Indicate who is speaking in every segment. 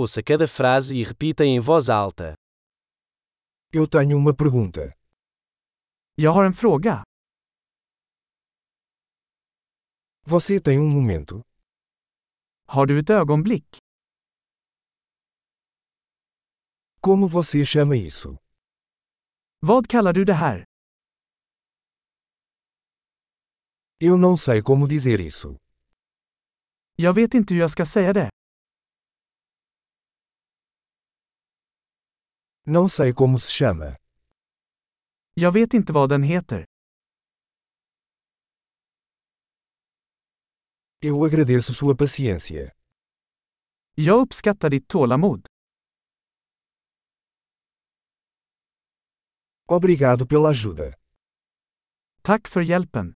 Speaker 1: Ouça cada frase e repita em voz alta.
Speaker 2: Eu tenho uma pergunta.
Speaker 3: Jag har en fråga.
Speaker 2: Você tem um momento?
Speaker 3: Har du ett ögonblick?
Speaker 2: Como você chama isso?
Speaker 3: Vad kallar du det här?
Speaker 2: Eu não sei como dizer isso.
Speaker 3: Jag vet inte hur jag ska säga det.
Speaker 2: Não sei como se chama.
Speaker 3: Jag vet inte vad den heter.
Speaker 2: Eu agradeço sua paciência.
Speaker 3: Jag uppskattar ditt tålamod.
Speaker 2: Obrigado pela ajuda.
Speaker 3: Tack för hjälpen.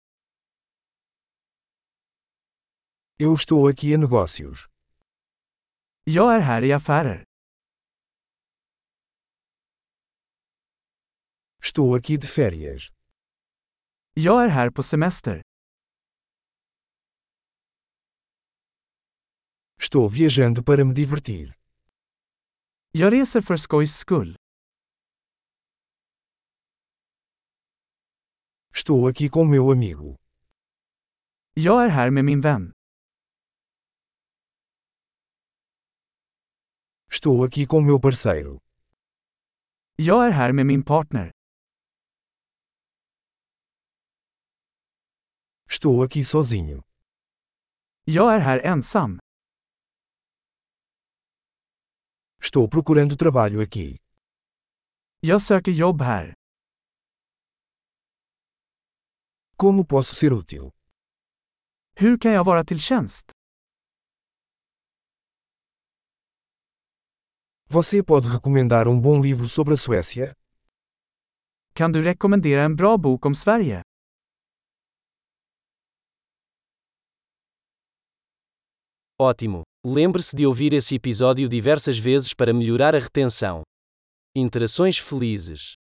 Speaker 2: Eu estou aqui a negócios.
Speaker 3: Jag är här i affärer.
Speaker 2: Estou aqui de férias.
Speaker 3: Jag är här på semester.
Speaker 2: Estou viajando para me divertir.
Speaker 3: Jag reser för skojs skull.
Speaker 2: Estou aqui com meu amigo.
Speaker 3: Jag är här med min vän.
Speaker 2: Estou aqui com meu parceiro.
Speaker 3: Jag är här med min partner.
Speaker 2: Estou aqui sozinho.
Speaker 3: Jag är här ensam.
Speaker 2: Estou procurando trabalho aqui.
Speaker 3: Jag söker jobb här.
Speaker 2: Como posso ser útil?
Speaker 3: Hur kan jag vara till tjänst?
Speaker 2: Você pode recomendar um bom livro sobre a Suécia?
Speaker 3: Kan du rekommendera en bra bok om Sverige?
Speaker 1: Ótimo! Lembre-se de ouvir esse episódio diversas vezes para melhorar a retenção. Interações felizes.